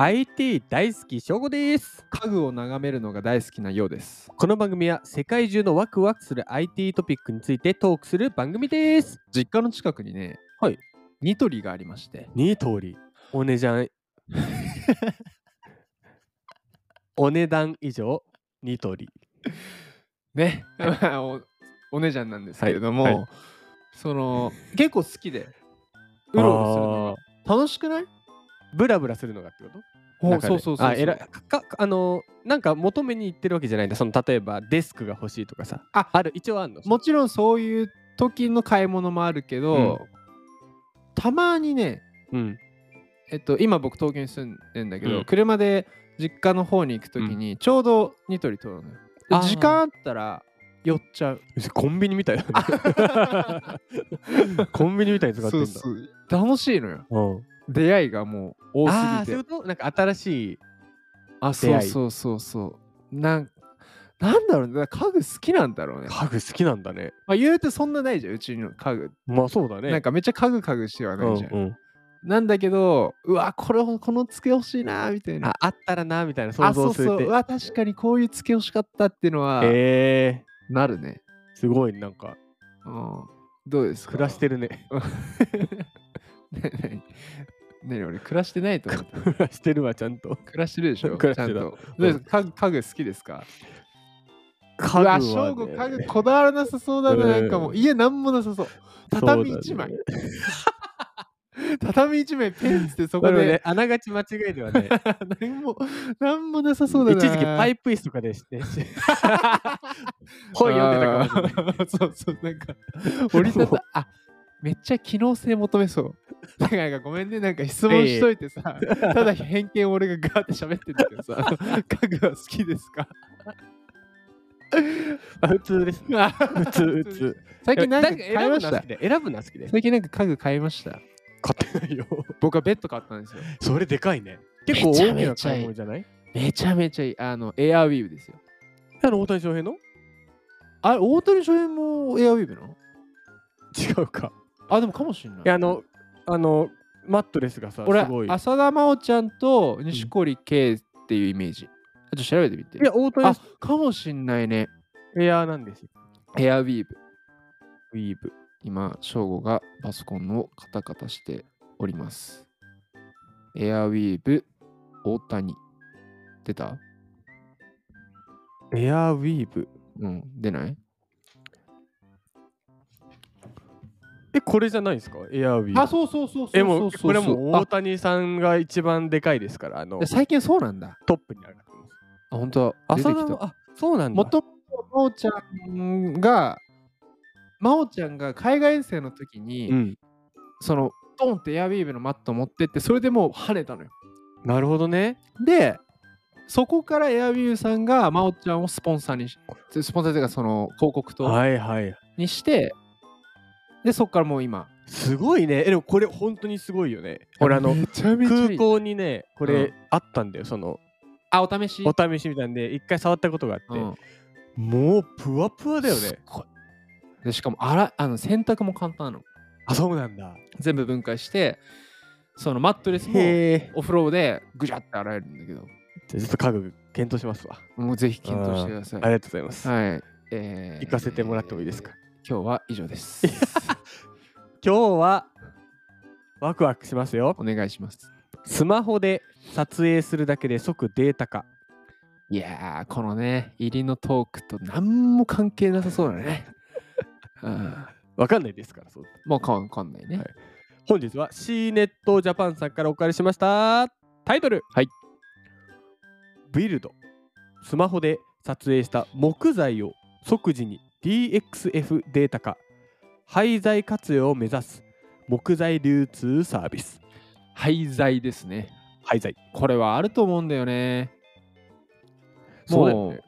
IT 大好き翔吾です家具を眺めるのが大好きなようです。この番組は世界中のワクワクする IT トピックについてトークする番組です実家の近くにね、はい、ニトリがありまして、ニトリお値段お値段以上ニトリね、 おお姉ちゃんなんですけれども、はいはいその 結構好きで、うろうろするのが楽しくないあーブラブラするのがってことお中でそうそうそうそうあえらいかかあのーなんか求めに行ってるわけじゃないんだその例えばデスクが欲しいとかさあある一応あんのもちろんそういう時の買い物もあるけど、たまにね、うんえっと、今僕東京に住んでんだけど、うん車で実家の方に行く時にちょうどニトリ通るのよあー時間あったら寄っちゃうコンビニみたいだ ね コンビニみたいに使ってんだそうそう楽しいのようん出会いがもう多すああぎそういてうことなんか新しいあ出会いそうそうそうそうなんなんだろうねだから家具好きなんだろうね、家具好きなんだねまあ、言うてそんなないじゃんうちの家具、まあそうだねなんかめっちゃ家具家具してはうないんじゃん、うんなんだけどうわこれこの机欲しいなみたいなああったらなみたいな想あ像すそうそるっうてうわ確かにこういう机欲しかったっていうのは、えなるね、ー、すごいなんかうん、どうですか暮らしてるね ねねね俺暮らしてないと思って暮らしてるわちゃんと暮らしてるでしょ暮らしてちゃたんとどうですか家具家具好きですか家うわ、正午家具こだわらなさそうだうんな。なんかもう家なんもなさそう。畳一枚。 畳一枚ペンってそここれねで。あながち間違いではね何も、なんもなさそうだな。一時期パイプ椅子とかでして、本読んでたかもしれない。ない。そうそう、なんか、折りたた、あめっちゃ機能性求めそう。だからなんかごめんね、なんか質問しといて さ、ただ偏見を俺がガーって喋ってんだけどさ、家具は好きですかあ普通です。普通、普通。最近なんかだけど買いまし選たぶのは好き。で選ぶのは好きで。最近なんか家具買いました。買ってないよ。僕はベッド買ったんですよ。それでかいね。結構大きな買い物じゃないめちゃめちゃいい。あの、エアウィーヴですよ。あの大谷翔平のあれ、大谷翔平もエアウィーヴなの違うか。あ、でもかもしんない。いや、あの、あの、マットレスがさ、俺すごい。、い浅田真央ちゃんと錦織圭っていうイメージ。あちょっと調べてみて。や、大あ谷かもしんないね。エアーなんですよ。エアウィーヴ。ウィーヴ。今、翔吾がパソコンをカタカタしております。エアウィーヴ、大谷。出たエアウィーブ。うん、出ないえ、これじゃないですかエアウィーブ。そうそうそうえ、もう、これはもう大あ谷さんが一番でかいですから、あの、最近そうなんだ。トップに上がってます。あ、本当だ。出浅て田きたも、あ、そうなんだも。ともと真央ちゃんが真央ちゃんが海外遠征の時に、うん。そのドンってエアウィーヴのマット持ってってそれでもう跳ねたのよなるほどね。でそこからエアウィーヴさんが真央ちゃんをスポンサーにしスポンサーというかその広告とはいはい。にしてでそこからもう今すごいね。えでもこれ本当にすごいよね。俺あのめちゃめちゃいい空港にね、うこれんあったんだよ。そのあお試しお試しみたいなんで、一回触ったことがあって、うんもうプワプワだよすっね。ごいでしかもあらあの洗濯も簡単なのあ、そうなんだ。全部分解してそのマットレスもへえ。お風呂でぐじゃって洗えるんだけどじゃあちょっと家具検討しますわ。もうぜひ検討してください。ありがとうございます。はい。えー行かせてもらってもいいですか。今日は以上 です。今日はワクワクしますよ。お願いします。スマホで撮影するだけで即データ化。いやー、このね、入りのトークと何も関係なさそうだ ね。うんわかんないですから、そうもうかわかんないね。はい本日は C ネットジャパンさんからお借りしましたタイトルはいビルドスマホで撮影した木材を即時に DXF データ化廃材活用を目指す木材流通サービス廃材ですね。廃材これはあると思うんだよね。そうだよねもう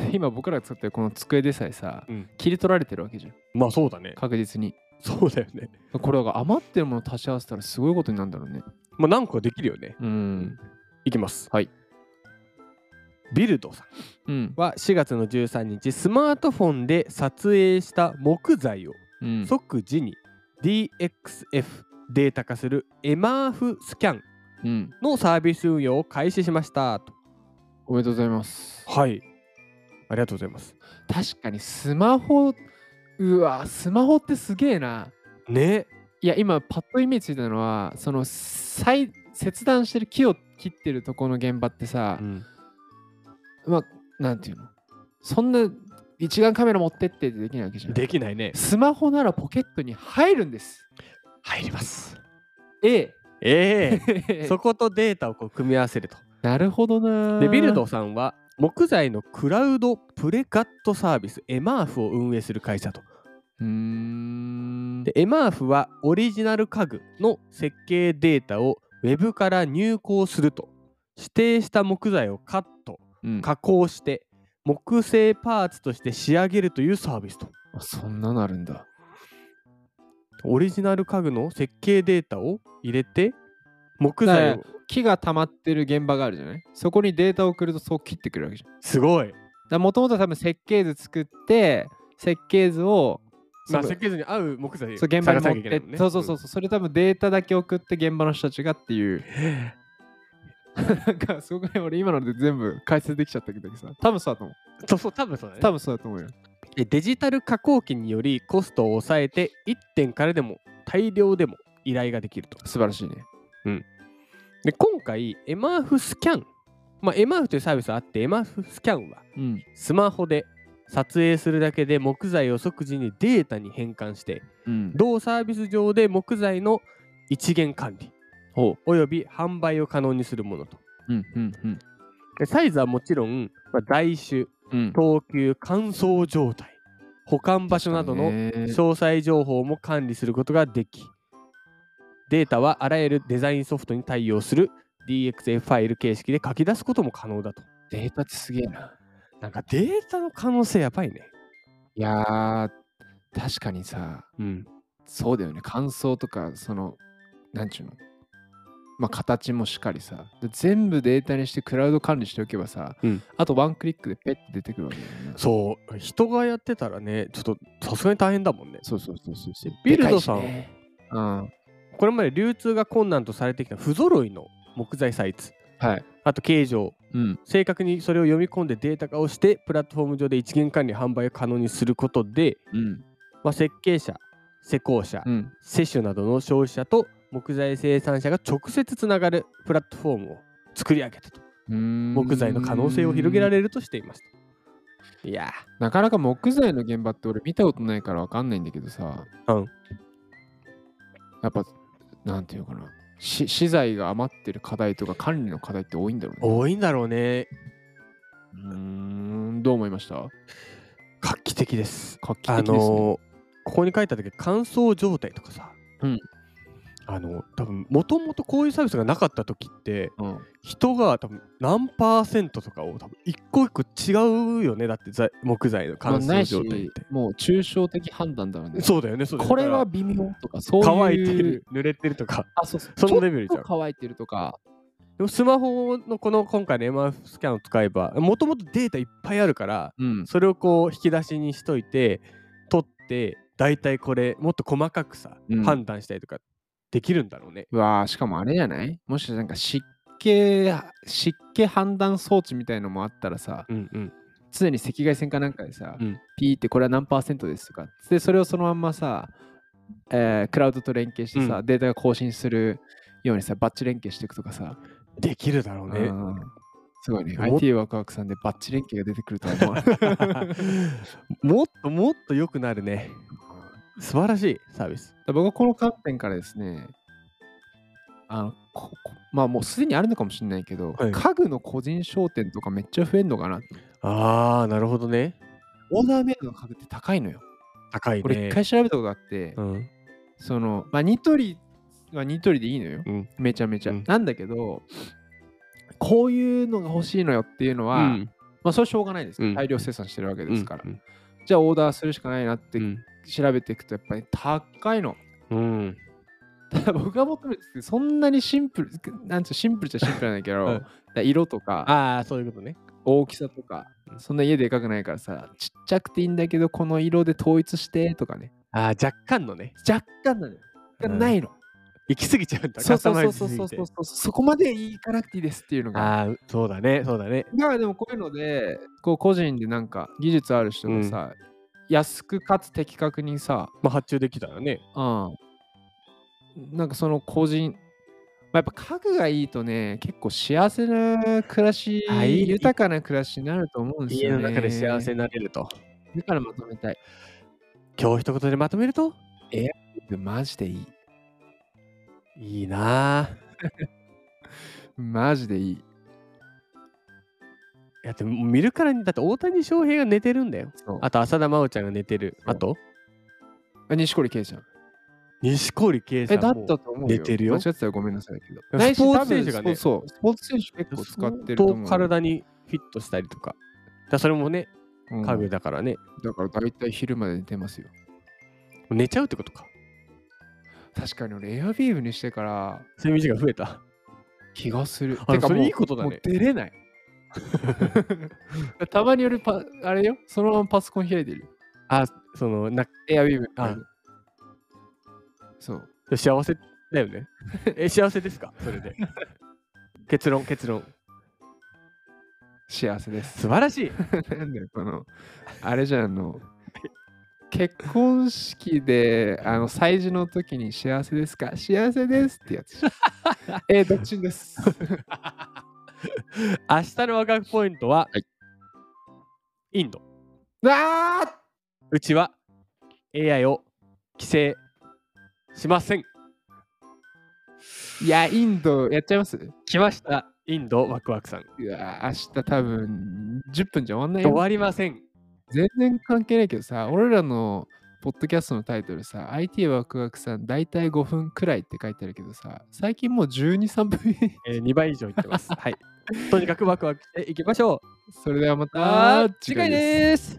今僕らが使ってるこの机でさえさ、うん切り取られてるわけじゃん。まあそうだね確実に。 そうだよねこれが余ってるものを足し合わせたらすごいことになるんだろうね。まあ何個かできるよねうん。いきますはいビルドさんうん。は4月の13日スマートフォンで撮影した木材をうん、即時に DXF データ化するエマーフスキャンうん。のサービス運用を開始しましたとおめでとうございます。はいありがとうございます確かにスマホ、うわ、スマホってすげえな。ねいや、今、パッとイメージついたのは、その、再切断してる木を切ってるとこの現場ってさ、ん、まあ、なんていうのそんな一眼カメラ持ってってできないわけじゃん。できないねスマホならポケットに入るんです。入りますええ え えそことデータをこう組み合わせるとなるほどな。でビルド。さんは木材のクラウドプレカットサービスエマーフを運営する会社とうーん。でエマーフはオリジナル家具の設計データをウェブから入稿すると指定した木材をカットうん加工して木製パーツとして仕上げるというサービスとあそんなのあるんだ。オリジナル家具の設計データを入れて木材だを木が溜まってる現場があるじゃないそこにデータを送るとそう切ってくるわけじゃん。だかすごい、らもともと多分設計図作って、設計図をそまのあ、設計図に合う木材をそう探現場にさ持なっきゃいて、けないもんねそうそうそうそう、それ多分データだけ送って現場の人たちがって いう。なんかすごくね、俺今ので全部解説できちゃったけどさ、多分そうだと思う。うんそうそう多分そうだね多分そうだと思うよ。でデジタル加工機によりコストを抑えて1点からでも大量でも依頼ができると。素晴らしいね。で今回エマーフスキャン、まあ、エマーフというサービスがあってエマーフスキャンはうん。スマホで撮影するだけで木材を即時にデータに変換してうん、同サービス上で木材の一元管理ほおよび販売を可能にするものと。う。うんうんうん。でサイズはもちろん、まあ、在種うん、等級乾燥状態保管場所などの詳細情報も管理することができデータはあらゆるデザインソフトに対応する DXF ファイル形式で書き出すことも可能だとデータってすげえな。なんかデータの可能性やばいねいやー、確かにさ、うんそうだよね。感想とか、その、なんちゅうの。まあ、形もしっかりさ。で全部データにしてクラウド管理しておけばさ、うんあとワンクリックでペッて出てくるわけだよね。そう人がやってたらねちょっとさすがに大変だもんねそうそうそうそうそう。ビルドさんでかいしねうん。これまで流通が困難とされてきた不揃いの木材サイズはい。あと形状うん。正確にそれを読み込んでデータ化をしてプラットフォーム上で一元管理販売を可能にすることで、うん。まあ、設計者施工者、うん。摂取などの消費者と木材生産者が直接つながるプラットフォームを作り上げたと木材の可能性を広げらる。れるとしていますいやなかなか木材の現場って俺見たことないからわかんないんだけどさ。うん。やっぱ、なんていうのかな。し資材が余ってる課題とか管理の課題って多いんだろうーね。多いんだろうねうーん。どう思いました画期的です画期あ的ですね。のーここに書いてあったけど乾燥状態とかさ、うんあの多分もともとこういうサービスがなかった時ってうん人が多分何パーセントとかを多分一個一個違うよねだって材木材の乾まあな燥いし状態って、もう抽象的判断だろうね。そうだよねそうだよねこれは微妙とか、そういう。乾いてる濡れてるとかあ、そうそう。そのレベルちじょゃっんと乾いてるとか。でもスマホのこの今回の MF スキャンを使えばもともとデータいっぱいあるからうん。それをこう引き出しにしといて取って大体これもっと細かくさ、うん判断したりとかできるんだろうね。うわあしかもあれじゃないもしなんか湿気、湿気判断装置みたいのもあったらさ、うんうん、常に赤外線かなんかでさ、うんピーってこれは何パーセントですとか、で、それをそのまんまさ、えークラウドと連携してさ、うデータが更新するようにさ、バッチ連携していくとかさ、できるだろうねう。んすごいね。も IT ワクワクさんでバッチ連携が出てくるとは思 わなかった もっともっと良くなるね。素晴らしいサービス。だ僕はこの観点からですね、あのここまあもうすでにあるのかもしれないけど、はい家具の個人商店とかめっちゃ増えるのかな。ああなるほどね。オーダーメイドの家具って高いのよ。高いね。俺一回調べたことあって、うんその、まあニトリはニトリでいいのよ。うんめちゃめちゃ。うんなんだけど、こういうのが欲しいのよっていうのは、うんまあそれはしょうがないです、うん大量生産してるわけですから。うんじゃあオーダーするしかないなってうん調べていくとやっぱり高いの。 うんただ僕が求めてるそんなにシンプル、なんつうシンプルじゃシンプルなんだけど、うんだから色とかああそういうことね。大きさとか、そんな家でかくないからさ、ちっちゃくていいんだけど、この色で統一してとかね、ああ若干のね。若干なのよ。がないの。行き過ぎちゃうんだそうそカスタマイうズそうしすそうそぎてうそうそこまでいかなくていいですっていうのが。ああそうだねそうだねだからでもこういうのでこう個人でなんか技術ある人がさ、安くかつ的確にさ、まあ発注できたらねうん、なんかその個人、まあ、やっぱ家具がいいとね結構幸せな暮らしあいい豊かな暮らしになると思うんです家よのね。中で幸せになれるとだからまとめたい。今日一言でまとめるとマジでいい。いいなあマジでいい。いやでも見るからにだって大谷翔平が寝てるんだよそうあと浅田真央ちゃんが寝てるそうあとあ錦織圭ちゃん。錦織圭さえ、んもだったと思うよ。寝てるよ間違ってたらごめんなさいけど。いやスポーツ選手がねないし多分そうそう。スポーツ選手結構使ってると思う相よ。当体にフィットしたりとかだからそれもねうん家具だからね、だから大体昼まで寝てますよ。寝ちゃうってことか確かに俺エアビームにしてから睡眠時間増えた気がする。あてかそれもういいことだねもう出れ ない。たまに俺パ、あれよ、そのままパソコン開いてる。あそのなエアビーム。あそう。幸せだよね え幸せですかそ れで結論結論幸せです。素晴らしいなんだよ、この、あれじゃん、あの、結婚式で、あの、催事の時に幸せですか幸せですってやつ。 えー、どっち です。 明日のワクワクポイントは、はいインドあーうちは AI を規制しませんいや、インドやっちゃいます来ましたインドワクワクさんうわー明日多分10分じゃ終わんない終よ。わりません全然関係ないけどさ、俺らのポッドキャストのタイトルさ、IT ワクワクさん大体5分くらいって書いてあるけどさ、最近もう12、3分。 えー、2倍以上いって ますはいとにかくワクワクしていきましょうそれではまた次回です